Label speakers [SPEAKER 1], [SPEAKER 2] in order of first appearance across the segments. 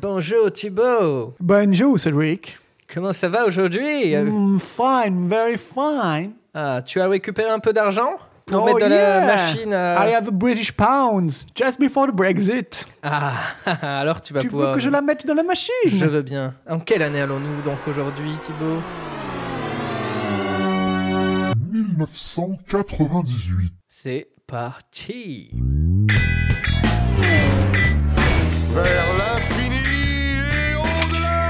[SPEAKER 1] Bonjour Thibaut.
[SPEAKER 2] Bonjour Cédric.
[SPEAKER 1] Comment ça va aujourd'hui
[SPEAKER 2] Mm, fine, very fine.
[SPEAKER 1] Ah, tu as récupéré un peu d'argent pour
[SPEAKER 2] Oh,
[SPEAKER 1] mettre dans la
[SPEAKER 2] yeah.
[SPEAKER 1] machine. euh,
[SPEAKER 2] I have British pounds just before the Brexit.
[SPEAKER 1] Ah, alors tu vas
[SPEAKER 2] Tu
[SPEAKER 1] pouvoir. euh,
[SPEAKER 2] veux que je la mette dans la machine
[SPEAKER 1] Je veux bien. En quelle année allons-nous donc aujourd'hui, Thibaut
[SPEAKER 3] 1998.
[SPEAKER 1] C'est parti.
[SPEAKER 4] vers l'infini et au-delà.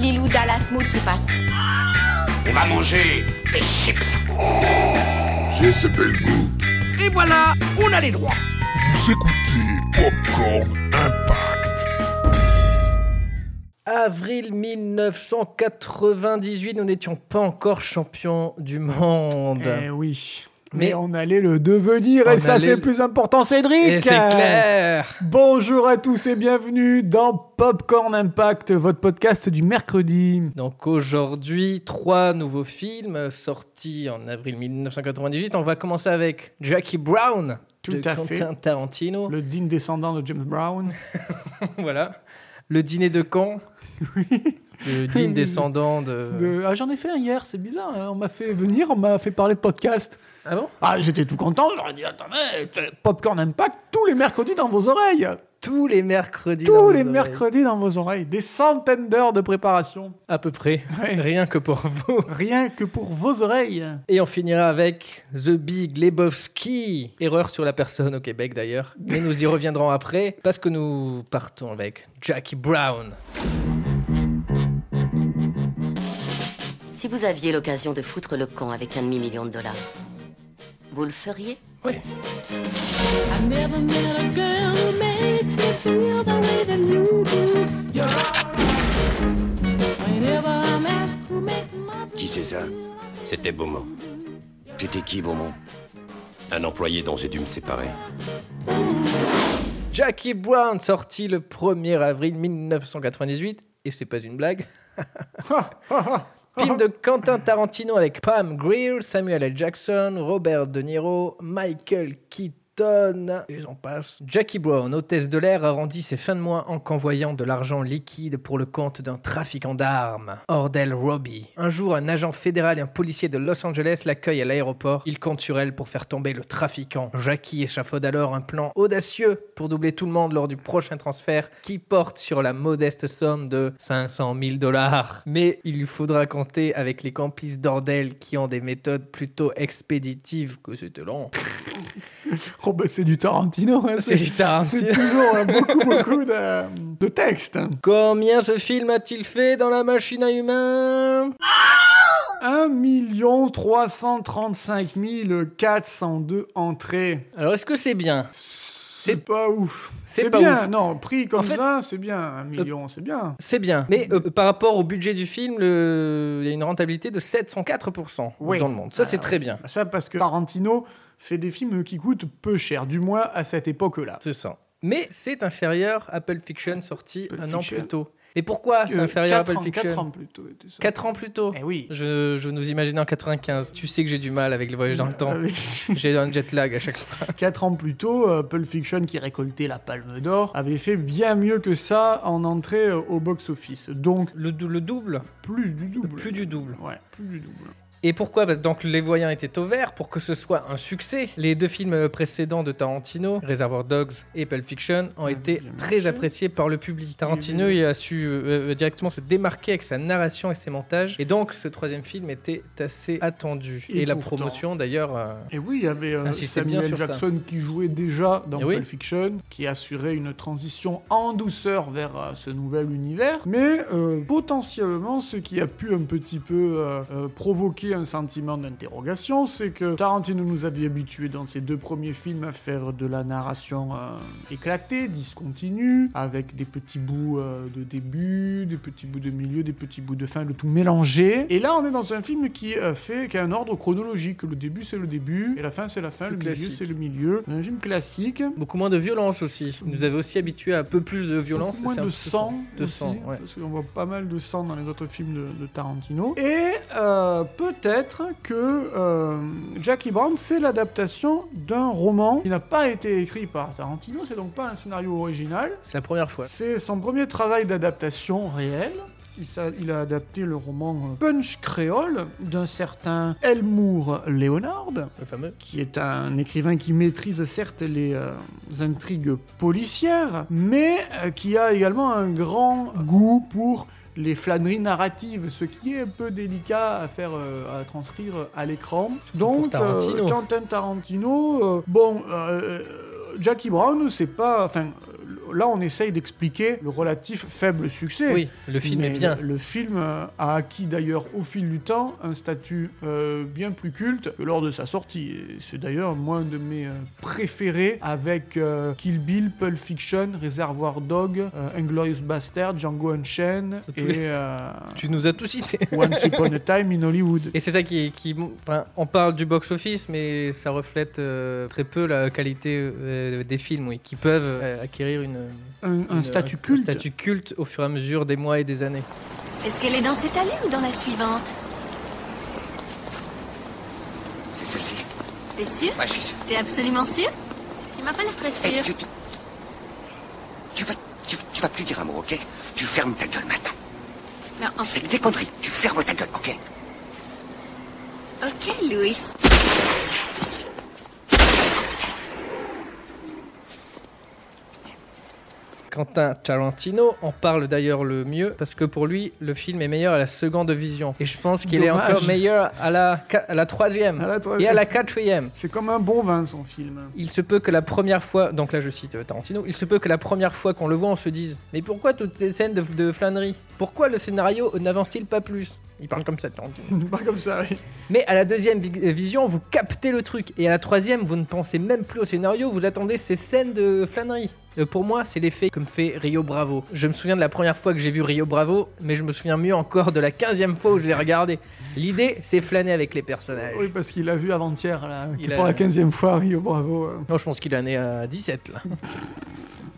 [SPEAKER 5] Lilou Dallas Mood qui passe.
[SPEAKER 6] On va manger des chips.
[SPEAKER 4] J'ai ce bel goût.
[SPEAKER 6] Et voilà, on a les droits.
[SPEAKER 4] Vous écoutez Popcorn Impact.
[SPEAKER 1] Avril 1998, nous n'étions pas encore champions du monde.
[SPEAKER 2] Eh oui.
[SPEAKER 1] Mais-
[SPEAKER 2] Mais, on allait le devenir
[SPEAKER 1] On
[SPEAKER 2] et ça
[SPEAKER 1] allait
[SPEAKER 2] c'est
[SPEAKER 1] le-
[SPEAKER 2] plus important Cédric
[SPEAKER 1] Et c'est clair.
[SPEAKER 2] Bonjour à tous et bienvenue dans Popcorn Impact, votre podcast du mercredi.
[SPEAKER 1] Donc aujourd'hui, trois nouveaux films sortis en avril 1998. On va commencer avec Jackie Brown
[SPEAKER 2] Tout
[SPEAKER 1] de
[SPEAKER 2] à
[SPEAKER 1] Quentin Tarantino.
[SPEAKER 2] Le digne descendant de James Brown.
[SPEAKER 1] Voilà. Le dîner de Caen. Le digne descendant de...
[SPEAKER 2] De- Ah, J'en ai fait un hier, c'est bizarre. hein. On m'a fait venir, on m'a fait parler de podcast.
[SPEAKER 1] Ah bon
[SPEAKER 2] Ah, j'étais tout content, j'aurais dit attendez, t- Popcorn Impact tous les mercredis dans vos oreilles.
[SPEAKER 1] Tous les mercredis. dans
[SPEAKER 2] Tous
[SPEAKER 1] vos
[SPEAKER 2] les
[SPEAKER 1] oreilles.
[SPEAKER 2] mercredis dans vos oreilles. Des centaines d'heures de préparation.
[SPEAKER 1] À peu près.
[SPEAKER 2] Ouais.
[SPEAKER 1] Rien que pour vous.
[SPEAKER 2] Rien que pour vos oreilles.
[SPEAKER 1] Et on finira avec The Big Lebowski. Erreur sur la personne au Québec d'ailleurs. Mais nous y reviendrons après parce que nous partons avec Jackie Brown.
[SPEAKER 7] Si vous aviez l'occasion de foutre le camp avec un demi-million de dollars, vous le feriez
[SPEAKER 8] Qui c'est ça C'était Beaumont. J'étais qui, Beaumont Un employé dont j'ai dû me séparer.
[SPEAKER 1] Jackie Brown sorti le 1er avril 1998 et c'est pas une blague. Film de Quentin Tarantino avec Pam Greer, Samuel L. Jackson, Robert De Niro, Michael Keaton, et j'en passe. Jackie Brown, hôtesse de l'air, arrondit ses fins de mois en convoyant de l'argent liquide pour le compte d'un trafiquant d'armes, Ordell Robbie. Un jour, un agent fédéral et un policier de Los Angeles l'accueillent à l'aéroport. Il compte sur elle pour faire tomber le trafiquant. Jackie échafaude alors un plan audacieux pour doubler tout le monde lors du prochain transfert qui porte sur la modeste somme de 500 000 dollars. Mais il lui faudra compter avec les complices d'Ordel qui ont des méthodes plutôt expéditives que c'était long.
[SPEAKER 2] Oh, bah c'est du Tarantino. hein,
[SPEAKER 1] C'est du Tarantino.
[SPEAKER 2] C'est toujours euh, beaucoup, beaucoup de, de textes.
[SPEAKER 1] Combien ce film a-t-il fait dans la machine à humains
[SPEAKER 2] 1 335 402 entrées.
[SPEAKER 1] Alors est-ce que c'est bien
[SPEAKER 2] C'est pas ouf.
[SPEAKER 1] c'est
[SPEAKER 2] C'est
[SPEAKER 1] pas
[SPEAKER 2] bien,
[SPEAKER 1] ouf.
[SPEAKER 2] non, pris comme
[SPEAKER 1] En fait-
[SPEAKER 2] ça, c'est bien. 1 million, c'est bien.
[SPEAKER 1] C'est bien. Mais euh, par rapport au budget du film, le- il y a une rentabilité de 704%
[SPEAKER 2] Oui.
[SPEAKER 1] dans le monde. Ça c'est très bien.
[SPEAKER 2] Ça parce que Tarantino fait des films qui coûtent peu cher, du moins à cette époque-là.
[SPEAKER 1] C'est ça. Mais c'est inférieur à Pulp Fiction sorti
[SPEAKER 2] Pulp
[SPEAKER 1] un an
[SPEAKER 2] Fiction.
[SPEAKER 1] plus tôt. Et pourquoi c'est
[SPEAKER 2] Euh,
[SPEAKER 1] inférieur à
[SPEAKER 2] quatre
[SPEAKER 1] Pulp
[SPEAKER 2] ans-
[SPEAKER 1] Fiction
[SPEAKER 2] quatre ans plus tôt, était ça.
[SPEAKER 1] Quatre ans plus tôt.
[SPEAKER 2] Eh oui.
[SPEAKER 1] Je, je nous imaginais en 95. Tu sais que j'ai du mal avec les voyages dans le temps.
[SPEAKER 2] Avec-
[SPEAKER 1] J'ai un jet lag à chaque fois.
[SPEAKER 2] Euh, Quatre ans plus tôt, euh, Pulp Fiction, qui récoltait la Palme d'Or, avait fait bien mieux que ça en entrée euh, au box-office. Donc,
[SPEAKER 1] Le, dou- le double
[SPEAKER 2] plus du double.
[SPEAKER 1] Plus du double.
[SPEAKER 2] Ouais, plus du double.
[SPEAKER 1] Et pourquoi Parce que Donc Les Voyants étaient au vert pour que ce soit un succès. Les deux films précédents de Tarantino, Reservoir Dogs et Pulp Fiction, ont été
[SPEAKER 2] bien
[SPEAKER 1] très appréciés par le public. Tarantino il a su euh, euh, directement se démarquer avec sa narration et ses montages. Et donc ce troisième film était assez attendu. Et,
[SPEAKER 2] Et
[SPEAKER 1] la
[SPEAKER 2] pourtant.
[SPEAKER 1] promotion d'ailleurs... euh,
[SPEAKER 2] Et oui, il y avait euh,
[SPEAKER 1] Insistez bien
[SPEAKER 2] Samuel
[SPEAKER 1] sur ça.
[SPEAKER 2] Jackson qui jouait déjà dans
[SPEAKER 1] Eh oui.
[SPEAKER 2] Pulp Fiction, qui assurait une transition en douceur vers euh, ce nouvel univers. Mais euh, potentiellement, ce qui a pu un petit peu euh, euh, provoquer un sentiment d'interrogation, c'est que Tarantino nous avait habitués dans ses deux premiers films à faire de la narration euh, éclatée, discontinue, avec des petits bouts euh, de début, des petits bouts de milieu, des petits bouts de fin, le tout mélangé. Et là, on est dans un film qui euh, fait qui a un ordre chronologique. Le début, c'est le début, et la fin, c'est la fin,
[SPEAKER 1] Plus
[SPEAKER 2] le milieu,
[SPEAKER 1] classique.
[SPEAKER 2] c'est le milieu. Un film classique.
[SPEAKER 1] Beaucoup moins de violence aussi. Il nous avait aussi habitué à un peu plus de violence.
[SPEAKER 2] Beaucoup
[SPEAKER 1] c'est
[SPEAKER 2] moins
[SPEAKER 1] un
[SPEAKER 2] de
[SPEAKER 1] peu ça.
[SPEAKER 2] sang,
[SPEAKER 1] De sang,
[SPEAKER 2] aussi,
[SPEAKER 1] ouais.
[SPEAKER 2] parce qu'on voit pas mal de sang dans les autres films de, de Tarantino. Et euh, peu peut-être que euh, Jackie Brown, c'est l'adaptation d'un roman qui n'a pas été écrit par Tarantino, c'est donc pas un scénario original.
[SPEAKER 1] C'est la première fois.
[SPEAKER 2] C'est son premier travail d'adaptation réelle. Il, s'a- il a adapté le roman euh, Punch Créole d'un certain Elmour Leonard
[SPEAKER 1] Le fameux.
[SPEAKER 2] qui est un écrivain qui maîtrise certes les euh, intrigues policières, mais euh, qui a également un grand goût pour les flâneries narratives, ce qui est un peu délicat à faire, euh, à transcrire à l'écran. Donc,
[SPEAKER 1] Tarantino.
[SPEAKER 2] euh, Quentin Tarantino, euh, bon, euh, Jackie Brown, c'est pas, enfin, euh, là on essaye d'expliquer le relatif faible succès.
[SPEAKER 1] Oui, le film
[SPEAKER 2] Eh, Mais
[SPEAKER 1] est bien.
[SPEAKER 2] Le, le film euh, a acquis d'ailleurs au fil du temps un statut euh, bien plus culte que lors de sa sortie. Et C'est d'ailleurs moi un de mes euh, préférés avec euh, Kill Bill, Pulp Fiction, Reservoir Dog, euh, Inglorious Bastard, Django Unchained
[SPEAKER 1] Tous
[SPEAKER 2] et
[SPEAKER 1] les-
[SPEAKER 2] euh,
[SPEAKER 1] Tu nous as tous cités.
[SPEAKER 2] Once Upon a Time in Hollywood.
[SPEAKER 1] Et c'est ça qui, qui enfin, on parle du box office, mais ça reflète euh, très peu la qualité euh, des films, oui, qui peuvent euh, acquérir une,
[SPEAKER 2] Un, un
[SPEAKER 1] une-
[SPEAKER 2] statut culte.
[SPEAKER 1] un statut culte au fur et à mesure des mois et des années.
[SPEAKER 5] Est-ce qu'elle est dans cette allée ou dans la suivante
[SPEAKER 3] C'est celle-ci.
[SPEAKER 5] T'es sûr
[SPEAKER 3] Ouais, je suis sûr.
[SPEAKER 5] T'es absolument sûr Tu m'as pas l'air très
[SPEAKER 3] Hey,
[SPEAKER 5] sûr.
[SPEAKER 3] tu, tu- tu vas, tu, tu vas plus dire un mot, ok Tu fermes ta gueule maintenant.
[SPEAKER 5] Mais en-
[SPEAKER 3] C'est des conneries. Tu fermes ta gueule, ok
[SPEAKER 5] Ok, Louis.
[SPEAKER 1] Quentin Tarantino en parle d'ailleurs le mieux parce que pour lui, le film est meilleur à la seconde vision. Et je pense qu'il est
[SPEAKER 2] Dommage.
[SPEAKER 1] encore meilleur à la, qua- à la troisième
[SPEAKER 2] À la
[SPEAKER 1] et
[SPEAKER 2] troisième.
[SPEAKER 1] à la quatrième.
[SPEAKER 2] Ah, C'est comme un bon vin son film.
[SPEAKER 1] Il se peut que la première fois, donc là je cite euh, Tarantino, il se peut que la première fois qu'on le voit, on se dise Mais pourquoi toutes ces scènes de, de flânerie Pourquoi le scénario n'avance-t-il pas plus Il parle comme ça, Tarantino.
[SPEAKER 2] Pas comme ça, oui.
[SPEAKER 1] Mais à la deuxième vi- euh, vision, vous captez le truc. Et à la troisième, vous ne pensez même plus au scénario, vous attendez ces scènes de flânerie. Euh, Pour moi, c'est l'effet que me fait Rio Bravo. Je me souviens de la première fois que j'ai vu Rio Bravo, mais je me souviens mieux encore de la quinzième fois où je l'ai regardé. L'idée, c'est flâner avec les personnages.
[SPEAKER 2] Oui, parce qu'il l'a vu avant-hier, là,
[SPEAKER 1] Il
[SPEAKER 2] pour
[SPEAKER 1] a-
[SPEAKER 2] la 15e fois, Rio Bravo. euh.
[SPEAKER 1] Non, je pense qu'il en est à 17 là.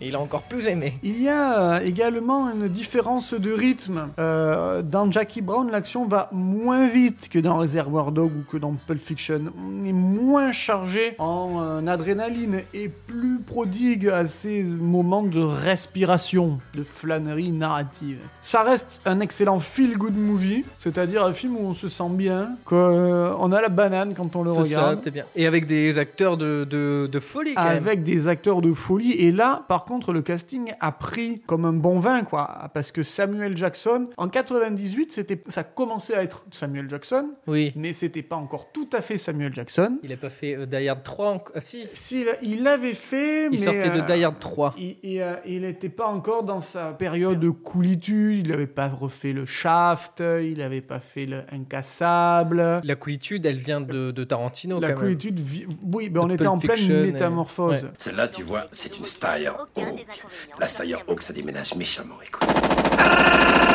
[SPEAKER 1] Et il a encore plus aimé.
[SPEAKER 2] Il y a euh, également une différence de rythme. Euh, dans Jackie Brown, l'action va moins vite que dans Reservoir Dog ou que dans Pulp Fiction. On est moins chargé en euh, adrénaline et plus prodigue à ces moments de respiration, de flânerie narrative. Ça reste un excellent feel-good movie, c'est-à-dire un film où on se sent bien, qu'on a la banane quand on le
[SPEAKER 1] C'est ça,
[SPEAKER 2] regarde.
[SPEAKER 1] t'es bien. Et avec des acteurs de, de, de folie, quand même.
[SPEAKER 2] avec des acteurs de folie. Et là, par contre, le casting a pris comme un bon vin, quoi. Parce que Samuel Jackson, en 98, c'était, ça commençait à être Samuel Jackson,
[SPEAKER 1] Oui.
[SPEAKER 2] mais c'était pas encore tout à fait Samuel Jackson.
[SPEAKER 1] Il a pas fait euh, Die Hard 3 encore. Ah, si.
[SPEAKER 2] S'il, il l'avait fait,
[SPEAKER 1] Il
[SPEAKER 2] mais,
[SPEAKER 1] sortait de
[SPEAKER 2] euh,
[SPEAKER 1] Die Hard 3.
[SPEAKER 2] il- il, euh, il n'était pas encore dans sa période de coolitude, il n'avait pas refait le Shaft, il n'avait pas fait le Incassable.
[SPEAKER 1] La coulitude, elle vient de, de Tarantino,
[SPEAKER 2] La
[SPEAKER 1] quand même.
[SPEAKER 2] coolitude, vi- oui, ben on
[SPEAKER 1] De
[SPEAKER 2] était
[SPEAKER 1] Pulp
[SPEAKER 2] en pleine
[SPEAKER 1] Fiction et-
[SPEAKER 2] métamorphose.
[SPEAKER 1] ouais.
[SPEAKER 8] Celle-là, tu vois, c'est une
[SPEAKER 7] Aucun
[SPEAKER 8] Styrehawk.
[SPEAKER 7] des inconvénients.
[SPEAKER 8] La Styrehawk, ça déménage méchamment, écoute.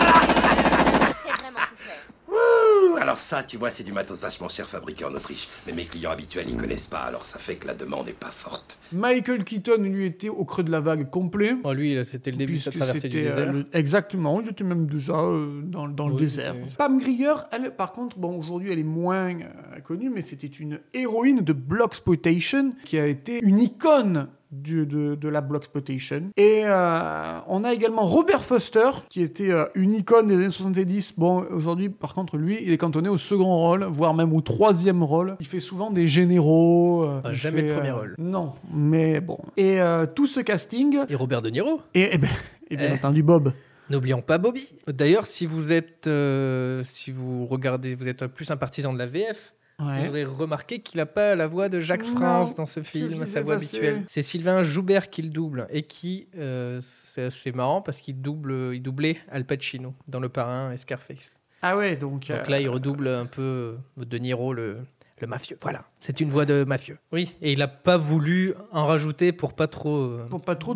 [SPEAKER 7] C'est vraiment tout faire.
[SPEAKER 8] Ouh, alors ça, tu vois, c'est du matos vachement cher fabriqué en Autriche. Mais mes clients habituels, ils connaissent pas, alors ça fait que la demande est pas forte.
[SPEAKER 2] Michael Keaton, lui, était au creux de la vague complet.
[SPEAKER 1] Oh, lui, là, c'était le début de sa
[SPEAKER 2] Puisque
[SPEAKER 1] traversée du
[SPEAKER 2] c'était,
[SPEAKER 1] désert.
[SPEAKER 2] euh, le- exactement, j'étais même déjà euh, dans, dans le
[SPEAKER 1] Oui,
[SPEAKER 2] désert.
[SPEAKER 1] c'était-
[SPEAKER 2] Pam Grier, elle, par contre, bon, aujourd'hui elle est moins euh, connue, mais c'était une héroïne de Bloxploitation qui a été une icône. du- de, de la Bloxploitation. Et euh, on a également Robert Foster, qui était euh, une icône des années 70. Bon, aujourd'hui, par contre, lui, il est cantonné au second rôle, voire même au troisième rôle. Il fait souvent des généraux. euh,
[SPEAKER 1] Ah,
[SPEAKER 2] il
[SPEAKER 1] jamais
[SPEAKER 2] fait,
[SPEAKER 1] le premier
[SPEAKER 2] euh,
[SPEAKER 1] rôle.
[SPEAKER 2] Non, mais bon. Et euh, tout ce casting,
[SPEAKER 1] Et Robert De Niro
[SPEAKER 2] et, et ben- et bien
[SPEAKER 1] Eh.
[SPEAKER 2] entendu, Bob.
[SPEAKER 1] N'oublions pas Bobby. D'ailleurs, si vous êtes, euh, si vous regardez, vous êtes plus un partisan de la VF, vous aurez remarqué qu'il n'a pas la voix de Jacques
[SPEAKER 2] Non,
[SPEAKER 1] France dans ce
[SPEAKER 2] je
[SPEAKER 1] film,
[SPEAKER 2] l'ai
[SPEAKER 1] sa voix
[SPEAKER 2] passé.
[SPEAKER 1] habituelle. C'est Sylvain Joubert qui le double et qui, euh, c'est assez marrant parce qu'il double, il doublait Al Pacino dans Le Parrain et Scarface.
[SPEAKER 2] Ah ouais, donc. euh,
[SPEAKER 1] Donc là, il redouble un peu euh, De Niro, le, le mafieux. Voilà, c'est une voix de mafieux. Oui, et il n'a pas voulu en rajouter pour pas trop. euh,
[SPEAKER 2] Pour pas trop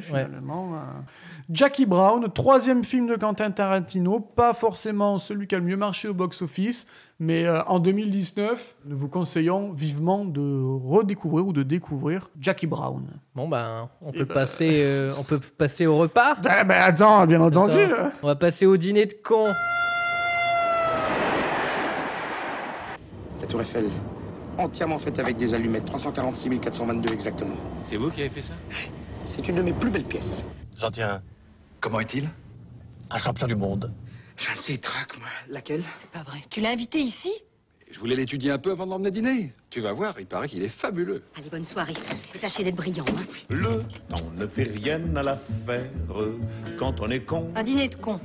[SPEAKER 1] Dénigrer,
[SPEAKER 2] finalement. euh. Jackie Brown, troisième film de Quentin Tarantino, pas forcément celui qui a le mieux marché au box-office, mais euh, en 2019, nous vous conseillons vivement de redécouvrir ou de découvrir Jackie Brown.
[SPEAKER 1] Bon ben, on
[SPEAKER 2] bah.
[SPEAKER 1] peut passer, euh, on peut passer au repas.
[SPEAKER 2] Ah ben attends, bien entendu hein.
[SPEAKER 1] Attends, On va passer au dîner de con.
[SPEAKER 9] tour Eiffel. Entièrement faite avec des allumettes, 346 422 exactement.
[SPEAKER 10] C'est vous qui avez fait ça
[SPEAKER 9] C'est une de mes plus belles pièces.
[SPEAKER 10] J'en tiens un.
[SPEAKER 9] Comment est-il
[SPEAKER 10] Un champion du monde.
[SPEAKER 9] Je ne sais, traque, moi. Laquelle
[SPEAKER 11] C'est pas vrai. Tu l'as invité ici
[SPEAKER 9] Je voulais l'étudier un peu avant de l'emmener dîner. Tu vas voir, il paraît qu'il est fabuleux.
[SPEAKER 11] Allez, bonne soirée. Et tâchez d'être brillant, hein.
[SPEAKER 12] Le temps ne fait rien à l'affaire quand on est con.
[SPEAKER 11] Un dîner de cons.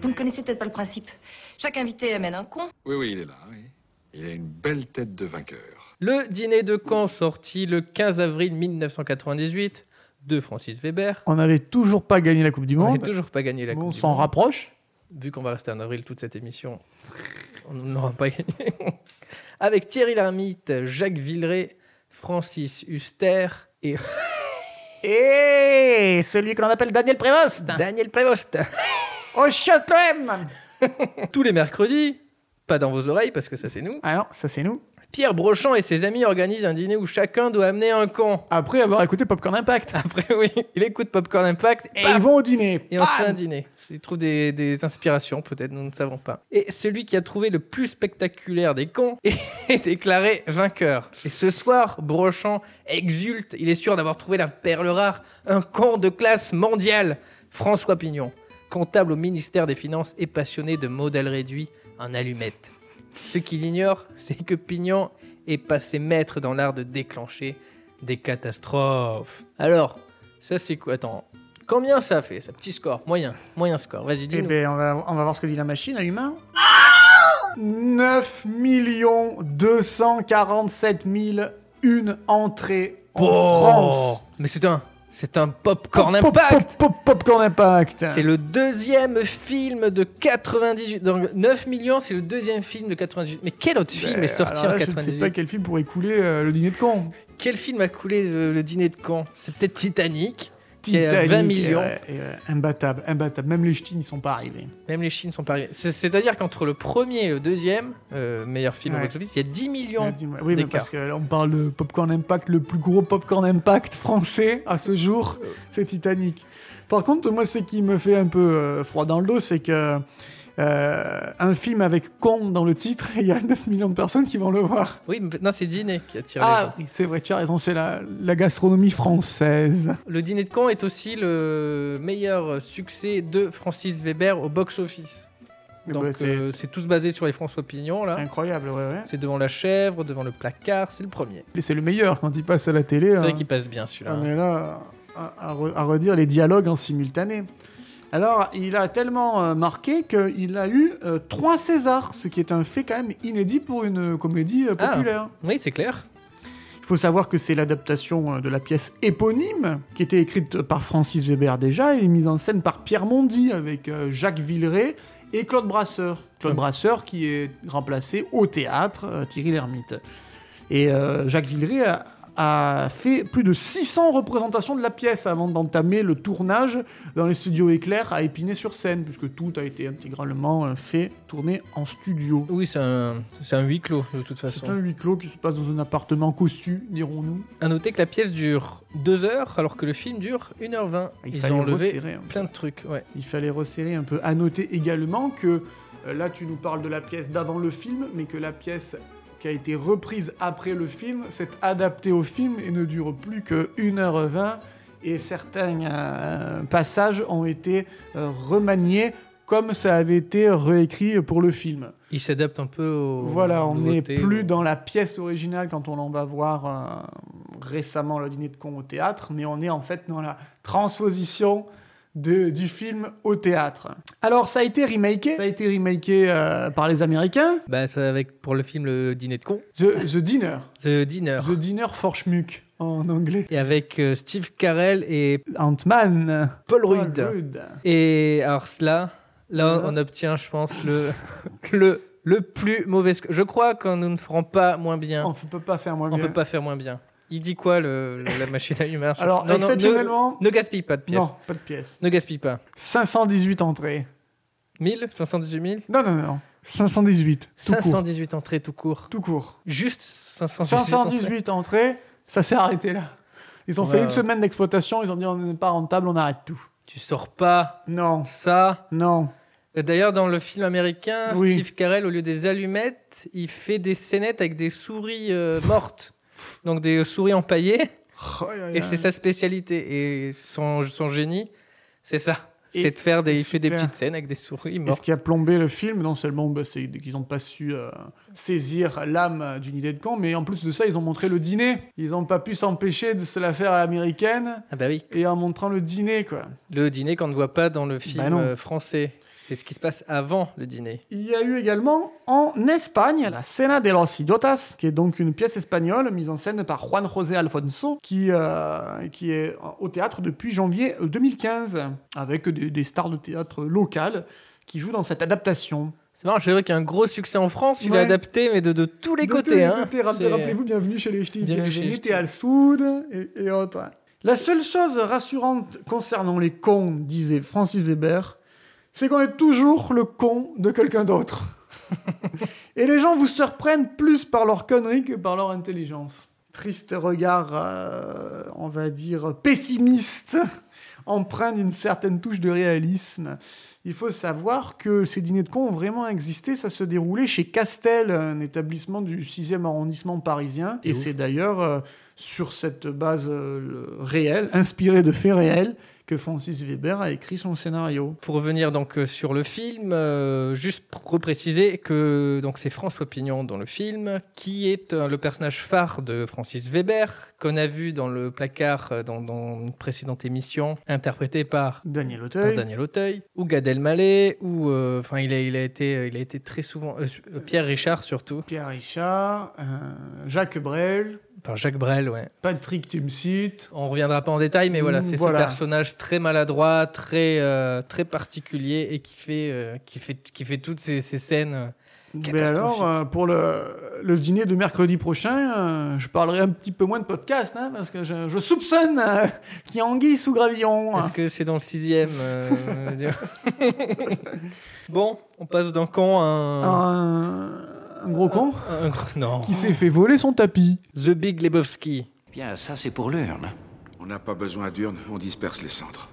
[SPEAKER 11] Vous ne connaissez peut-être pas le principe. Chaque invité amène un con.
[SPEAKER 9] Oui, oui, il est là, oui. Il a une belle tête de vainqueur.
[SPEAKER 1] Le dîner de Caen, sorti le 15 avril 1998 de Francis Weber.
[SPEAKER 2] On n'avait toujours pas gagné la Coupe du
[SPEAKER 1] On
[SPEAKER 2] Monde.
[SPEAKER 1] n'avait toujours pas gagné la
[SPEAKER 2] Bon,
[SPEAKER 1] Coupe
[SPEAKER 2] on
[SPEAKER 1] du
[SPEAKER 2] s'en
[SPEAKER 1] Monde.
[SPEAKER 2] rapproche.
[SPEAKER 1] Vu qu'on va rester en avril toute cette émission, on n'aura pas gagné. Avec Thierry Lhermitte, Jacques Villeray, Francis Huster et
[SPEAKER 2] Et celui que l'on appelle Daniel Prévost.
[SPEAKER 1] Daniel Prévost.
[SPEAKER 2] Au choc l'OM
[SPEAKER 1] Tous les mercredis, pas dans vos oreilles parce que ça c'est nous,
[SPEAKER 2] Ah non, ça c'est nous.
[SPEAKER 1] Pierre Brochant et ses amis organisent un dîner où chacun doit amener un con.
[SPEAKER 2] Après avoir écouté Popcorn Impact.
[SPEAKER 1] Après, oui, il écoute Popcorn Impact
[SPEAKER 2] Et
[SPEAKER 1] paf,
[SPEAKER 2] ils vont au dîner.
[SPEAKER 1] Et on
[SPEAKER 2] Bam
[SPEAKER 1] se fait un dîner. Il trouve des, des inspirations, peut-être, nous ne savons pas. Et celui qui a trouvé le plus spectaculaire des cons est déclaré vainqueur. Et ce soir, Brochant exulte, il est sûr d'avoir trouvé la perle rare, un con de classe mondiale, François Pignon, comptable au ministère des Finances et passionné de modèles réduits en allumettes. Ce qu'il ignore, c'est que Pignon est passé maître dans l'art de déclencher des catastrophes. Alors, ça c'est quoi Attends, combien ça fait, ça petit score Moyen, moyen score, vas-y,
[SPEAKER 2] Eh
[SPEAKER 1] dis-nous.
[SPEAKER 2] ben, on va, on va voir ce que dit la machine à humain. 9 247 001 entrées en
[SPEAKER 1] Oh
[SPEAKER 2] France.
[SPEAKER 1] Mais c'est un, c'est un popcorn
[SPEAKER 2] Pop- pop-
[SPEAKER 1] impact
[SPEAKER 2] pop- pop- Popcorn Impact
[SPEAKER 1] C'est le deuxième film de 98. Donc 9 millions, c'est le deuxième film de 98. Mais quel autre film est sorti
[SPEAKER 2] Ben, Alors
[SPEAKER 1] en
[SPEAKER 2] là, Je ne
[SPEAKER 1] 98
[SPEAKER 2] sais pas quel film pourrait couler euh, le dîner de con.
[SPEAKER 1] Quel film a coulé le, le dîner de Caen C'est peut-être Titanic. qui est à 20 millions.
[SPEAKER 2] et ouais, et ouais, imbattable, imbattable. Même les ch'tis n'y sont pas arrivés.
[SPEAKER 1] Même les Chines sont pas arrivés. C'est- C'est-à-dire qu'entre le premier et le deuxième euh, meilleur film au
[SPEAKER 2] Ouais.
[SPEAKER 1] box-office, il y a 10 millions.
[SPEAKER 2] Oui, mais
[SPEAKER 1] d'écart.
[SPEAKER 2] parce que là, on parle de Popcorn Impact, le plus gros Popcorn Impact français à ce jour, c'est Titanic. Par contre, moi, ce qui me fait un peu euh, froid dans le dos, c'est que euh, un film avec con dans le titre, il y a 9 millions de personnes qui vont le voir.
[SPEAKER 1] Oui, mais non, c'est Dîner qui a tiré.
[SPEAKER 2] Ah oui, c'est vrai, tu as raison, c'est la, la gastronomie française.
[SPEAKER 1] Le Dîner de Caen est aussi le meilleur succès de Francis Weber au box-office.
[SPEAKER 2] Eh
[SPEAKER 1] Donc
[SPEAKER 2] ben, c'est
[SPEAKER 1] euh, c'est tous basé sur les François Pignon, là.
[SPEAKER 2] incroyable, ouais, ouais.
[SPEAKER 1] C'est devant la chèvre, devant le placard, c'est le premier.
[SPEAKER 2] Mais c'est le meilleur quand il passe à la télé.
[SPEAKER 1] C'est vrai
[SPEAKER 2] hein.
[SPEAKER 1] qu'il passe bien celui-là.
[SPEAKER 2] On
[SPEAKER 1] hein.
[SPEAKER 2] est là à, à re- à redire les dialogues en simultané. Alors, il a tellement euh, marqué qu'il a eu euh, trois Césars, ce qui est un fait quand même inédit pour une euh, comédie euh,
[SPEAKER 1] Ah.
[SPEAKER 2] populaire.
[SPEAKER 1] Oui, c'est clair.
[SPEAKER 2] Il faut savoir que c'est l'adaptation euh, de la pièce éponyme, qui était écrite par Francis Weber déjà et mise en scène par Pierre Mondy avec euh, Jacques Villeray et Claude Brasseur. Claude
[SPEAKER 1] Ah.
[SPEAKER 2] Brasseur qui est remplacé au théâtre euh, Thierry Lhermitte. Et euh, Jacques Villeray a, a fait plus de 600 représentations de la pièce avant d'entamer le tournage dans les studios Éclair à Épinay-sur-Seine, puisque tout a été intégralement euh, fait tourner en studio.
[SPEAKER 1] Oui, c'est un, c'est un huis clos, de toute
[SPEAKER 2] C'est un
[SPEAKER 1] façon.
[SPEAKER 2] huis clos qui se passe dans un appartement cossu, dirons-nous.
[SPEAKER 1] À noter que la pièce dure 2 heures, alors que le film dure 1h20.
[SPEAKER 2] Il
[SPEAKER 1] Ils
[SPEAKER 2] fallait
[SPEAKER 1] ont enlevé
[SPEAKER 2] resserrer un peu.
[SPEAKER 1] plein de trucs, ouais.
[SPEAKER 2] Il fallait resserrer un peu. À noter également que euh, là, tu nous parles de la pièce d'avant le film, mais que la pièce qui a été reprise après le film s'est adaptée au film et ne dure plus que 1h20. Et certains euh, passages ont été euh, remaniés comme ça avait été réécrit pour le film.
[SPEAKER 1] Ils s'adaptent un peu au.
[SPEAKER 2] Voilà, on n'est
[SPEAKER 1] nouveautés,
[SPEAKER 2] plus
[SPEAKER 1] au-
[SPEAKER 2] dans la pièce originale quand on en va voir euh, récemment le dîner de con au théâtre, mais on est en fait dans la transposition de- du film au théâtre. Alors ça a été remaké, ça a été remaké euh, par les Américains,
[SPEAKER 1] Bah, c'est avec pour le film Le Dîner de con,
[SPEAKER 2] The, The Dinner,
[SPEAKER 1] The Dinner,
[SPEAKER 2] The Dinner for Schmuck en anglais,
[SPEAKER 1] et avec euh, Steve Carell et
[SPEAKER 2] Ant-Man,
[SPEAKER 1] Paul Rudd. Et alors cela, là,
[SPEAKER 2] Voilà.
[SPEAKER 1] on obtient, je pense, le le le plus mauvais. sc- Je crois qu'on nous ne ferons pas moins bien.
[SPEAKER 2] On ne peut pas faire moins
[SPEAKER 1] Hein. on
[SPEAKER 2] Oh, bien.
[SPEAKER 1] peut pas faire moins bien. Il dit quoi le, le- la machine à humeur sur-
[SPEAKER 2] Alors
[SPEAKER 1] Non, non, ne-
[SPEAKER 2] exceptionnellement,
[SPEAKER 1] ne, gaspille pas de pièces.
[SPEAKER 2] non, pas de pièce.
[SPEAKER 1] Ne gaspille pas.
[SPEAKER 2] 518 entrées.
[SPEAKER 1] 1000, 518 000,
[SPEAKER 2] Non, non, non. 518. Tout court.
[SPEAKER 1] 518 entrées tout court.
[SPEAKER 2] Tout court.
[SPEAKER 1] Juste 518. entrées.
[SPEAKER 2] 518 entrées, ça s'est arrêté là. Ils ont
[SPEAKER 1] Ouais,
[SPEAKER 2] fait une
[SPEAKER 1] ouais.
[SPEAKER 2] semaine d'exploitation, ils ont dit on n'est pas rentable, on arrête tout.
[SPEAKER 1] Tu sors pas
[SPEAKER 2] Non,
[SPEAKER 1] ça.
[SPEAKER 2] non.
[SPEAKER 1] Et D'ailleurs, dans le film américain,
[SPEAKER 2] Oui.
[SPEAKER 1] Steve Carell, au lieu des allumettes, il fait des scénettes avec des souris euh, mortes. Donc des souris empaillées.
[SPEAKER 2] Oh, aïe,
[SPEAKER 1] Et c'est
[SPEAKER 2] aïe.
[SPEAKER 1] sa spécialité. Et son, son génie, c'est ça.
[SPEAKER 2] Et-
[SPEAKER 1] C'est de faire des, il fait des
[SPEAKER 2] super.
[SPEAKER 1] petites scènes avec des souris
[SPEAKER 2] Et ce
[SPEAKER 1] mortes.
[SPEAKER 2] qui a plombé le film, non seulement bah, c'est qu'ils n'ont pas su euh, saisir l'âme euh, d'une idée de camp, mais en plus de ça, ils ont montré le dîner. Ils n'ont pas pu s'empêcher de se la faire à l'américaine.
[SPEAKER 1] Ah bah oui.
[SPEAKER 2] Et en montrant le dîner, quoi.
[SPEAKER 1] Le dîner qu'on ne voit pas dans le film
[SPEAKER 2] non.
[SPEAKER 1] euh, français. C'est ce qui se passe avant le dîner.
[SPEAKER 2] Il y a eu également en Espagne la Cena de los Idiotas, qui est donc une pièce espagnole mise en scène par Juan José Alfonso, qui, euh, qui est au théâtre depuis janvier euh, 2015, avec des, des stars de théâtre locales qui jouent dans cette adaptation.
[SPEAKER 1] C'est marrant, j'ai vu qu'il y a un gros succès en France. Il
[SPEAKER 2] Ouais.
[SPEAKER 1] est adapté, mais de, de tous les
[SPEAKER 2] De
[SPEAKER 1] côtés.
[SPEAKER 2] tous les
[SPEAKER 1] hein.
[SPEAKER 2] côtés, rappelez-
[SPEAKER 1] C'est-
[SPEAKER 2] rappelez-vous, bienvenue chez les ch'tis,
[SPEAKER 1] Bienvenue
[SPEAKER 2] bienvenue,
[SPEAKER 1] chez les
[SPEAKER 2] t'es al Soud et, et autres. La seule chose rassurante concernant les cons, disait Francis Weber, c'est qu'on est toujours le con de quelqu'un d'autre. et les gens vous surprennent plus par leur connerie que par leur intelligence. Triste regard, euh, on va dire, pessimiste, empreint d'une certaine touche de réalisme. Il faut savoir que ces dîners de cons ont vraiment existé. Ça se déroulait chez Castel, un établissement du 6e arrondissement parisien. Et,
[SPEAKER 1] Et où
[SPEAKER 2] c'est d'ailleurs euh, sur cette base euh, réelle, inspirée de faits réels, que Francis Weber a écrit son scénario.
[SPEAKER 1] Pour revenir donc euh, sur le film, euh, juste pour repréciser que donc c'est François Pignon dans le film qui est euh, le personnage phare de Francis Weber qu'on a vu dans le placard euh, dans, dans une précédente émission interprété par
[SPEAKER 2] Daniel
[SPEAKER 1] par
[SPEAKER 2] Auteuil.
[SPEAKER 1] Ah, Daniel Auteuil ou Gad Elmaleh ou euh, enfin il a il a été il a été très souvent euh, su- euh, Pierre Richard surtout
[SPEAKER 2] Pierre Richard, euh, Jacques Brel,
[SPEAKER 1] par Jacques Brel ouais.
[SPEAKER 2] Patrick Timsit.
[SPEAKER 1] On reviendra pas en détail mais voilà,
[SPEAKER 2] Mm,
[SPEAKER 1] c'est
[SPEAKER 2] voilà.
[SPEAKER 1] ce personnage très maladroit, très euh, très particulier et qui fait euh, qui fait qui fait toutes ces, ces scènes euh,
[SPEAKER 2] Mais
[SPEAKER 1] catastrophiques.
[SPEAKER 2] alors, euh, pour le, le dîner de mercredi prochain, euh, je parlerai un petit peu moins de podcast, hein, parce que je, je soupçonne euh, qu'il y a anguille sous gravillon. hein.
[SPEAKER 1] Est-ce que c'est dans le sixième euh, je veux dire Bon, on passe d'un con à un...
[SPEAKER 2] Un, un gros con
[SPEAKER 1] un gros- Non.
[SPEAKER 2] Oh. qui s'est fait voler son tapis.
[SPEAKER 1] The Big Lebowski.
[SPEAKER 13] Bien, ça c'est pour l'urne.
[SPEAKER 14] On n'a pas besoin d'urne, on disperse les cendres.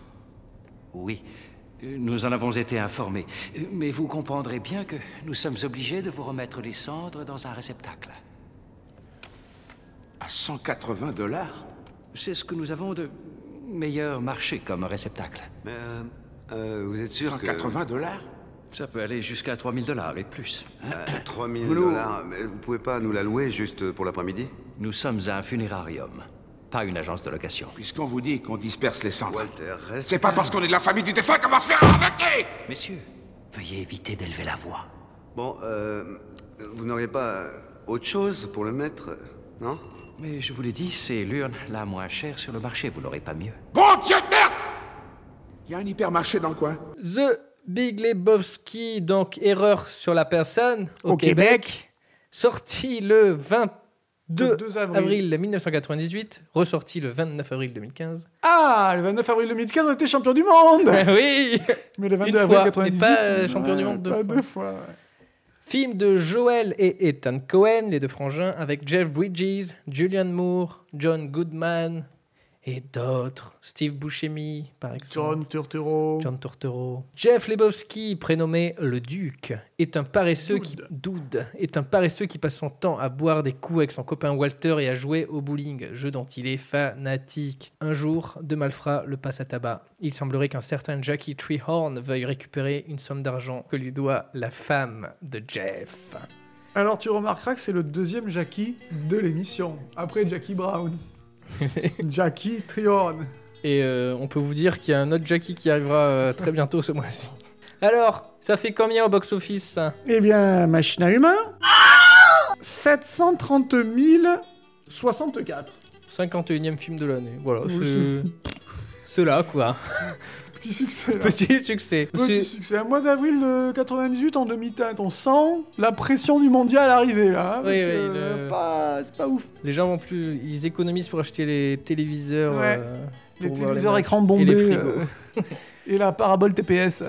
[SPEAKER 13] Oui, euh, nous en avons été informés. Euh, Mais vous comprendrez bien que nous sommes obligés de vous remettre les cendres dans un réceptacle.
[SPEAKER 14] À 180 dollars
[SPEAKER 13] C'est ce que nous avons de meilleur marché comme réceptacle. Mais vous êtes sûr
[SPEAKER 14] 180 dollars
[SPEAKER 13] Ça peut aller jusqu'à 3000 dollars et plus.
[SPEAKER 15] 3000
[SPEAKER 13] Nous-
[SPEAKER 15] dollars, mais vous pouvez pas nous la louer juste pour l'après-midi
[SPEAKER 13] Nous sommes à un funérarium, pas une agence de location.
[SPEAKER 14] Puisqu'on vous dit qu'on disperse les cendres.
[SPEAKER 15] reste-
[SPEAKER 14] C'est pas parce qu'on est de la famille du défunt qu'on va se faire arnaquer
[SPEAKER 13] Messieurs, veuillez éviter d'élever la voix.
[SPEAKER 15] Bon, euh, vous n'auriez pas autre chose pour le mettre, non
[SPEAKER 13] Mais je vous l'ai dit, c'est l'urne la moins chère sur le marché, vous l'aurez pas mieux.
[SPEAKER 14] Bon Dieu de merde Il y a un hypermarché dans le coin.
[SPEAKER 1] The Big Lebowski, donc erreur sur la personne au,
[SPEAKER 2] Au
[SPEAKER 1] Québec.
[SPEAKER 2] Québec.
[SPEAKER 1] sorti le 22
[SPEAKER 2] Le 2 avril.
[SPEAKER 1] avril 1998, ressorti le 29 avril 2015.
[SPEAKER 2] Ah, le 29 avril 2015, on était champion du monde
[SPEAKER 1] Ah oui
[SPEAKER 2] Mais le 22
[SPEAKER 1] Une
[SPEAKER 2] avril
[SPEAKER 1] fois,
[SPEAKER 2] 98,
[SPEAKER 1] et pas, euh, champion du
[SPEAKER 2] ouais,
[SPEAKER 1] monde deux
[SPEAKER 2] pas
[SPEAKER 1] fois.
[SPEAKER 2] deux fois. ouais.
[SPEAKER 1] Film de Joel et Ethan Cohen, les deux frangins, avec Jeff Bridges, Julian Moore, John Goodman et d'autres. Steve Buscemi, par exemple.
[SPEAKER 2] John Turturro.
[SPEAKER 1] John Turturro. Jeff Lebowski, prénommé le Duc, est un paresseux qui Dude, est un paresseux qui passe son temps à boire des coups avec son copain Walter et à jouer au bowling, jeu dont il est fanatique. Un jour, de malfrats le passe à tabac. Il semblerait qu'un certain Jackie Treehorn veuille récupérer une somme d'argent que lui doit la femme de Jeff.
[SPEAKER 2] Alors tu remarqueras que c'est le deuxième Jackie de l'émission, après Jackie Brown. Jackie Triorn.
[SPEAKER 1] Et euh, on peut vous dire qu'il y a un autre Jackie qui arrivera euh, très bientôt ce mois-ci. Alors, ça fait combien au box-office ça
[SPEAKER 2] Eh bien, machine à humain. 730 064.
[SPEAKER 1] 51e film de l'année. Voilà,
[SPEAKER 2] Oui,
[SPEAKER 1] c'est. Cela, quoi.
[SPEAKER 2] Petit succès. là.
[SPEAKER 1] Petit succès.
[SPEAKER 2] Petit
[SPEAKER 1] C'est-
[SPEAKER 2] succès. Un mois d'avril de 98 en demi-teinte. On sent la pression du mondial arriver là. hein, parce
[SPEAKER 1] Oui, oui,
[SPEAKER 2] que,
[SPEAKER 1] le-
[SPEAKER 2] pas- c'est pas ouf.
[SPEAKER 1] Les gens vont plus. Ils économisent pour acheter les téléviseurs.
[SPEAKER 2] Ouais.
[SPEAKER 1] euh, pour
[SPEAKER 2] Les
[SPEAKER 1] voir
[SPEAKER 2] téléviseurs
[SPEAKER 1] matchs.
[SPEAKER 2] écran
[SPEAKER 1] Et
[SPEAKER 2] bombé.
[SPEAKER 1] les frigos.
[SPEAKER 2] euh, et la parabole TPS.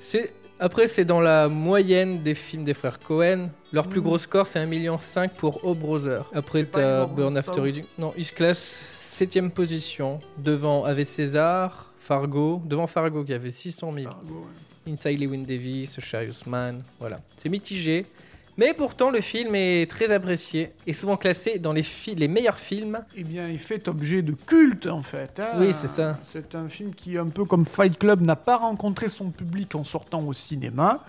[SPEAKER 1] C'est- Après, c'est dans la moyenne des films des frères Cohen. Leur plus gros score, c'est 1,5 million pour O Brother. Après,
[SPEAKER 2] pas
[SPEAKER 1] t'as
[SPEAKER 2] énorme,
[SPEAKER 1] Burn
[SPEAKER 2] Mhm. c'est pas
[SPEAKER 1] After
[SPEAKER 2] ouf.
[SPEAKER 1] Reading. Non, il se classe 7ème
[SPEAKER 2] Ah.
[SPEAKER 1] position devant Avec César, Fargo. Devant Fargo qui avait 600 000. Inside Lewin Davis, Charius Man, voilà. C'est mitigé. Mais pourtant, le film est très apprécié et souvent classé dans les, fi- les meilleurs films.
[SPEAKER 2] Eh bien, il fait objet de culte, en fait. hein.
[SPEAKER 1] Oui, c'est ça.
[SPEAKER 2] C'est un film qui, un peu comme Fight Club, n'a pas rencontré son public en sortant au cinéma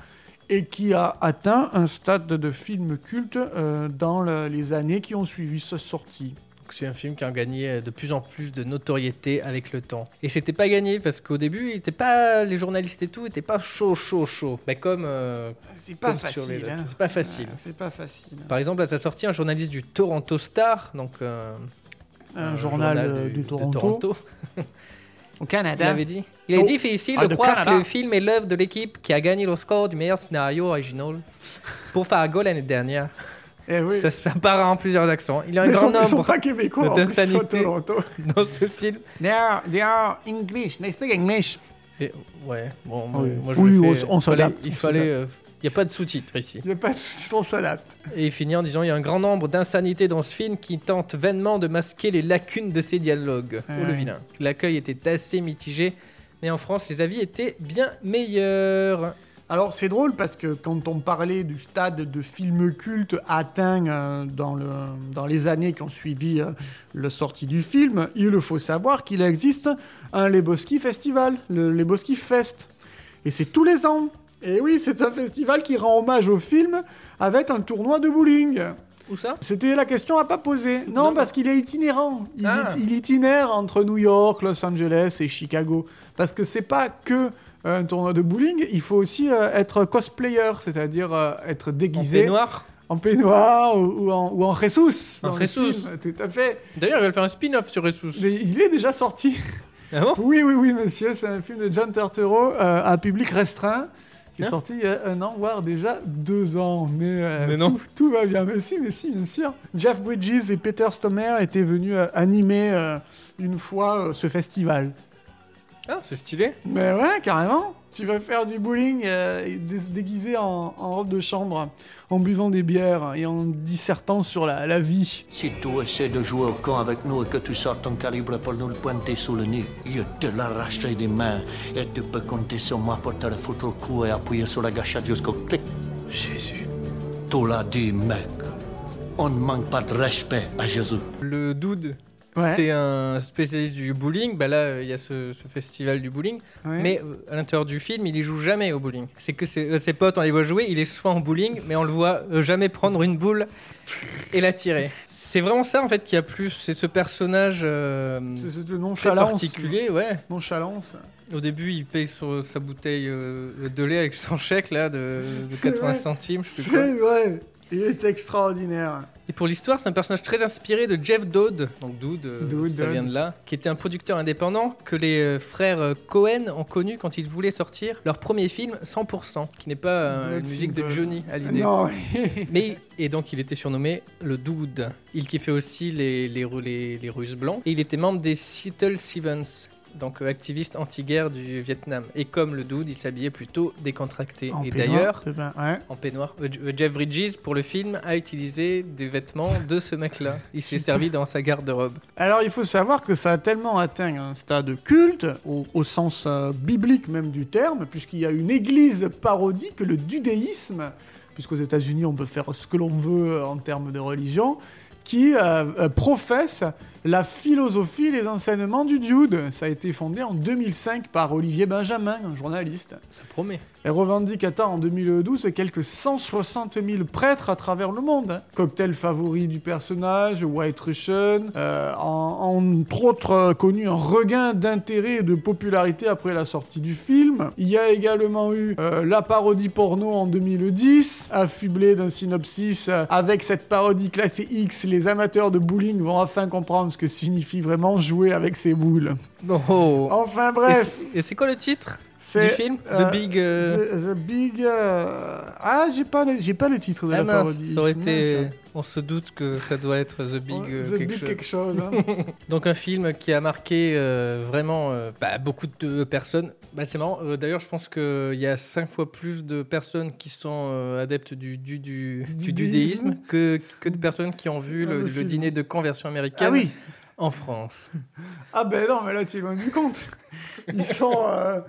[SPEAKER 2] et qui a atteint un stade de film culte euh, dans le- les années qui ont suivi sa sortie.
[SPEAKER 1] Donc, C'est un film qui a gagné euh, de plus en plus de notoriété avec le temps. Et c'était pas gagné parce qu'au début, il était pas, les journalistes et tout n'étaient pas chaud, chaud, chaud. Bah, comme. euh,
[SPEAKER 2] C'est pas
[SPEAKER 1] comme sur les
[SPEAKER 2] facile.
[SPEAKER 1] autres.
[SPEAKER 2] hein.
[SPEAKER 1] C'est pas facile.
[SPEAKER 2] Ouais, C'est pas facile.
[SPEAKER 1] Par exemple, à sa sortie, un journaliste du Toronto Star, donc euh,
[SPEAKER 2] Un journal, euh, de Toronto. Au Canada.
[SPEAKER 1] Il avait dit. Il avait
[SPEAKER 2] Oh.
[SPEAKER 1] dit difficile
[SPEAKER 2] Ah,
[SPEAKER 1] de croire
[SPEAKER 2] Canada.
[SPEAKER 1] que le film est l'œuvre de l'équipe qui a gagné le score du meilleur scénario original pour Fargo l'année dernière.
[SPEAKER 2] Eh oui.
[SPEAKER 1] Ça, ça part en plusieurs accents. Il y a un
[SPEAKER 2] Mais ils
[SPEAKER 1] grand
[SPEAKER 2] sont- ils
[SPEAKER 1] nombre
[SPEAKER 2] sont pas québécois, en plus, ils sont
[SPEAKER 1] d'insanités
[SPEAKER 2] à Toronto.
[SPEAKER 1] dans ce film.
[SPEAKER 2] They are, they are English. They speak English.
[SPEAKER 1] Et- ouais, bon,
[SPEAKER 2] Oui.
[SPEAKER 1] moi je
[SPEAKER 2] Oui,
[SPEAKER 1] l'ai
[SPEAKER 2] on
[SPEAKER 1] fait.
[SPEAKER 2] s- on s'adapte,
[SPEAKER 1] Il
[SPEAKER 2] on
[SPEAKER 1] fallait.
[SPEAKER 2] s'adapte.
[SPEAKER 1] euh, Il n'y a pas de sous-titres ici.
[SPEAKER 2] Il n'y a pas de sous on s'adapte.
[SPEAKER 1] Et il finit en disant il y a un grand nombre d'insanités dans ce film qui tentent vainement de masquer les lacunes de ses dialogues.
[SPEAKER 2] Ah
[SPEAKER 1] Oh le
[SPEAKER 2] oui.
[SPEAKER 1] vilain. L'accueil était assez mitigé, mais en France, les avis étaient bien meilleurs.
[SPEAKER 2] Alors c'est drôle parce que quand on parlait du stade de film culte atteint euh, dans, le, dans les années qui ont suivi euh, la sortie du film, il faut savoir qu'il existe un Leboski Festival, le Leboski Fest. Et c'est tous les ans. Et oui, c'est un festival qui rend hommage au film avec un tournoi de bowling.
[SPEAKER 1] Où ça
[SPEAKER 2] C'était la question à pas poser. Non, parce qu'il est itinérant. Il,
[SPEAKER 1] Ah.
[SPEAKER 2] it- il itinère entre New York, Los Angeles et Chicago. Parce que c'est pas que euh, un tournoi de bowling, il faut aussi euh, être cosplayer, c'est-à-dire euh, être déguisé.
[SPEAKER 1] peignoir
[SPEAKER 2] En peignoir ou, ou en, ou en ressus.
[SPEAKER 1] En
[SPEAKER 2] dans le
[SPEAKER 1] ressus.
[SPEAKER 2] film, Tout à fait.
[SPEAKER 1] D'ailleurs, il va faire un spin-off sur Ressus.
[SPEAKER 2] Mais il est déjà sorti.
[SPEAKER 1] Ah bon
[SPEAKER 2] oui, oui, oui, monsieur. C'est un film de John Turturro euh, à public restreint. Qui est
[SPEAKER 1] Hein
[SPEAKER 2] sorti il y a un an, voire déjà deux ans. Mais, euh,
[SPEAKER 1] Mais non.
[SPEAKER 2] Tout, tout va bien. Mais si, mais si, bien sûr. Jeff Bridges et Peter Stommer étaient venus euh, animer euh, une fois euh, ce festival.
[SPEAKER 1] Ah, c'est stylé.
[SPEAKER 2] Mais ouais, carrément. Tu vas faire du bowling euh, et dé- déguisé en, en robe de chambre, en buvant des bières et en dissertant sur la, la vie.
[SPEAKER 16] Si tu essaies de jouer au camp avec nous et que tu sors ton calibre pour nous le pointer sous le nez, je te l'arracherai des mains et tu peux compter sur moi pour te le foutre au cou et appuyer sur la gâchette jusqu'au clic. Jésus. Tu l'as dit, mec. On ne manque pas de respect à Jésus.
[SPEAKER 1] Le Dude,
[SPEAKER 16] Ouais.
[SPEAKER 1] c'est un spécialiste du bowling. Bah là, euh, il y a ce, ce festival du bowling.
[SPEAKER 2] Ouais.
[SPEAKER 1] Mais euh, à l'intérieur du film, il y joue jamais au bowling. C'est que ses, euh, ses potes, on les voit jouer. Il est souvent en bowling, mais on le voit euh, jamais prendre une boule et la tirer. C'est vraiment ça en fait qui a plu. C'est ce personnage euh,
[SPEAKER 2] C'est ce
[SPEAKER 1] très
[SPEAKER 2] nonchalance.
[SPEAKER 1] particulier, ouais.
[SPEAKER 2] Nonchalance.
[SPEAKER 1] Au début, il paye sur sa bouteille euh, de lait avec son chèque là de, de
[SPEAKER 2] C'est
[SPEAKER 1] 80
[SPEAKER 2] vrai.
[SPEAKER 1] centimes, je sais plus quoi.
[SPEAKER 2] C'est vrai. Il est extraordinaire.
[SPEAKER 1] Et pour l'histoire, c'est un personnage très inspiré de Jeff Dodd, donc Dood, euh,
[SPEAKER 2] Dood,
[SPEAKER 1] ça
[SPEAKER 2] Dood.
[SPEAKER 1] vient de là, qui était un producteur indépendant que les euh, frères euh, Cohen ont connu quand ils voulaient sortir leur premier film 100%, qui n'est pas euh,
[SPEAKER 2] Dood,
[SPEAKER 1] une musique de
[SPEAKER 2] c'est Dood.
[SPEAKER 1] Johnny à l'idée.
[SPEAKER 2] Non.
[SPEAKER 1] Mais et donc il était surnommé le Dood. Il kiffait aussi les les, Ru- les, les Russes blancs et il était membre des Seattle Sevens. Donc euh, activiste anti-guerre du Vietnam. Et comme le Dood, il s'habillait plutôt décontracté.
[SPEAKER 2] En
[SPEAKER 1] et
[SPEAKER 2] peignoir,
[SPEAKER 1] d'ailleurs,
[SPEAKER 2] de bain, ouais.
[SPEAKER 1] en peignoir. Euh, Je- Jeff Bridges, pour le film, a utilisé des vêtements de ce mec-là. Il s'est servi dans sa garde-robe.
[SPEAKER 2] Alors il faut savoir que ça a tellement atteint un stade culte, au, au sens euh, biblique même du terme, puisqu'il y a une église parodique, le dudéisme, puisqu'aux États-Unis on peut faire ce que l'on veut euh, en termes de religion, qui euh, euh, professe la philosophie et les enseignements du dude. Ça a été fondé en 2005 par Olivier Benjamin, un journaliste.
[SPEAKER 1] Ça promet.
[SPEAKER 2] Elle revendique atteint en 2012 quelques 160 000 prêtres à travers le monde. hein. Cocktail favori du personnage, White Russian, euh, en- entre autres euh, connu un regain d'intérêt et de popularité après la sortie du film. Il y a également eu euh, la parodie porno en 2010, affublée d'un synopsis euh, avec cette parodie classée X, les amateurs de bowling vont enfin comprendre ce que signifie vraiment jouer avec ses boules.
[SPEAKER 1] Oh.
[SPEAKER 2] Enfin bref.
[SPEAKER 1] Et c'est- Et c'est quoi le titre
[SPEAKER 2] C'est,
[SPEAKER 1] du film
[SPEAKER 2] euh,
[SPEAKER 1] The Big. euh,
[SPEAKER 2] The, the Big. euh, Ah, j'ai pas, le... j'ai pas le titre de
[SPEAKER 1] Ah
[SPEAKER 2] la
[SPEAKER 1] mince,
[SPEAKER 2] parodie.
[SPEAKER 1] ça aurait
[SPEAKER 2] C'est
[SPEAKER 1] été. euh,
[SPEAKER 2] mince.
[SPEAKER 1] On se doute que ça doit être The Big. euh,
[SPEAKER 2] The Big quelque chose. hein.
[SPEAKER 1] Donc un film qui a marqué euh, vraiment euh, bah, beaucoup de personnes. Bah, c'est marrant. euh, D'ailleurs, je pense qu'il y a cinq fois plus de personnes qui sont euh, adeptes du, du, du, du
[SPEAKER 2] Dudéisme.
[SPEAKER 1] dudéisme que, que de personnes qui ont vu
[SPEAKER 2] Ah,
[SPEAKER 1] le,
[SPEAKER 2] le
[SPEAKER 1] le
[SPEAKER 2] film.
[SPEAKER 1] dîner de conversion américaine
[SPEAKER 2] Ah oui.
[SPEAKER 1] en France.
[SPEAKER 2] ah ben non, mais là, tu es loin du compte. Ils sont. euh,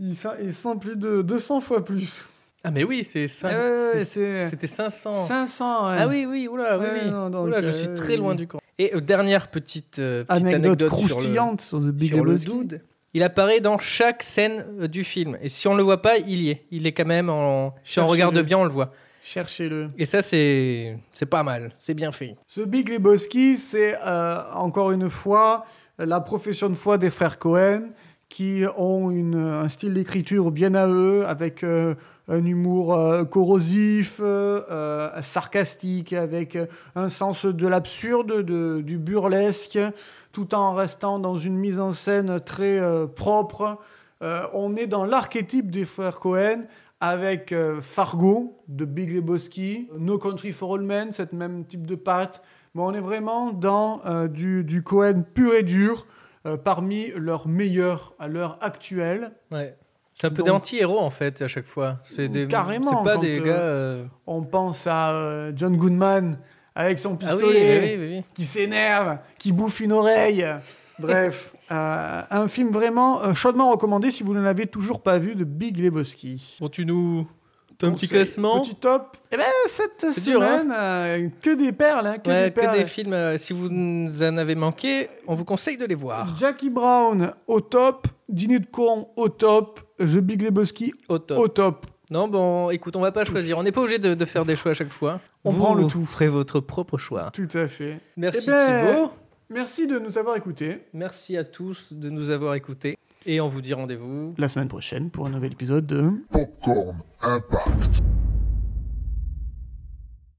[SPEAKER 2] il, sa- il sent plus de 200 fois plus.
[SPEAKER 1] Ah, mais oui, c'est cinq-
[SPEAKER 2] Ah ouais, ouais,
[SPEAKER 1] c'est-
[SPEAKER 2] c'est-
[SPEAKER 1] C'était 500.
[SPEAKER 2] 500, ouais.
[SPEAKER 1] Ah oui, oui, oula, oui,
[SPEAKER 2] Ouais,
[SPEAKER 1] oui.
[SPEAKER 2] non, donc,
[SPEAKER 1] Oula, je
[SPEAKER 2] euh,
[SPEAKER 1] suis très loin
[SPEAKER 2] oui.
[SPEAKER 1] du compte. Et euh, dernière petite, euh, petite
[SPEAKER 2] Anecdote,
[SPEAKER 1] anecdote,
[SPEAKER 2] croustillante
[SPEAKER 1] sur
[SPEAKER 2] sur,
[SPEAKER 1] le,
[SPEAKER 2] The Big
[SPEAKER 1] sur le
[SPEAKER 2] Lebowski.
[SPEAKER 1] dude. Il apparaît dans chaque scène euh, du film. Et si on le voit pas, il y est. Il est quand même en. Si on
[SPEAKER 2] Cherchez-le.
[SPEAKER 1] regarde bien, on le voit.
[SPEAKER 2] Cherchez-le.
[SPEAKER 1] Et ça, c'est c'est pas mal. C'est bien fait.
[SPEAKER 2] Ce Big Lebowski, c'est euh, encore une fois la profession de foi des frères Cohen qui ont une, un style d'écriture bien à eux, avec euh, un humour euh, corrosif, euh, euh, sarcastique, avec euh, un sens de l'absurde, de- du burlesque, tout en restant dans une mise en scène très euh, propre. Euh, on est dans l'archétype des frères Cohen avec euh, Fargo de Big Lebowski, No Country for All Men, cette même type de patte. Mais on est vraiment dans euh, du, du Cohen pur et dur, euh, parmi leurs meilleurs à l'heure actuelle.
[SPEAKER 1] Ouais. C'est un peu des
[SPEAKER 2] Donc-
[SPEAKER 1] anti-héros, en fait, à chaque fois. C'est des...
[SPEAKER 2] Carrément.
[SPEAKER 1] C'est pas
[SPEAKER 2] quand,
[SPEAKER 1] des
[SPEAKER 2] euh,
[SPEAKER 1] gars. euh,
[SPEAKER 2] On pense à euh, John Goodman avec son
[SPEAKER 1] Ah oui,
[SPEAKER 2] pistolet,
[SPEAKER 1] oui, oui, oui.
[SPEAKER 2] qui s'énerve, qui bouffe une oreille. Bref, euh, un film vraiment euh, chaudement recommandé si vous ne l'avez toujours pas vu de Big Lebowski.
[SPEAKER 1] Bon, tu nous. T'as un petit
[SPEAKER 2] Conseil,
[SPEAKER 1] classement
[SPEAKER 2] Petit top. Eh ben, cette
[SPEAKER 1] C'est dur, hein
[SPEAKER 2] semaine, euh, que des perles, hein, que
[SPEAKER 1] ouais,
[SPEAKER 2] des perles.
[SPEAKER 1] films. euh, si vous nous en avez manqué, on vous conseille de les voir.
[SPEAKER 2] Jackie Brown au top, Dîner de con au top, The Big Lebowski
[SPEAKER 1] Au top.
[SPEAKER 2] au top.
[SPEAKER 1] Non, bon, écoute, on va pas choisir. On n'est pas obligé de, de faire des choix à chaque fois.
[SPEAKER 2] On
[SPEAKER 1] Vous
[SPEAKER 2] prend le tout.
[SPEAKER 1] ferez votre propre choix.
[SPEAKER 2] Tout à fait.
[SPEAKER 1] Merci
[SPEAKER 2] Eh ben,
[SPEAKER 1] Thibaut.
[SPEAKER 2] Merci de nous avoir écoutés.
[SPEAKER 1] Merci à tous de nous avoir écoutés. Et on vous dit rendez-vous
[SPEAKER 2] La semaine prochaine pour un nouvel épisode de...
[SPEAKER 4] Popcorn Impact.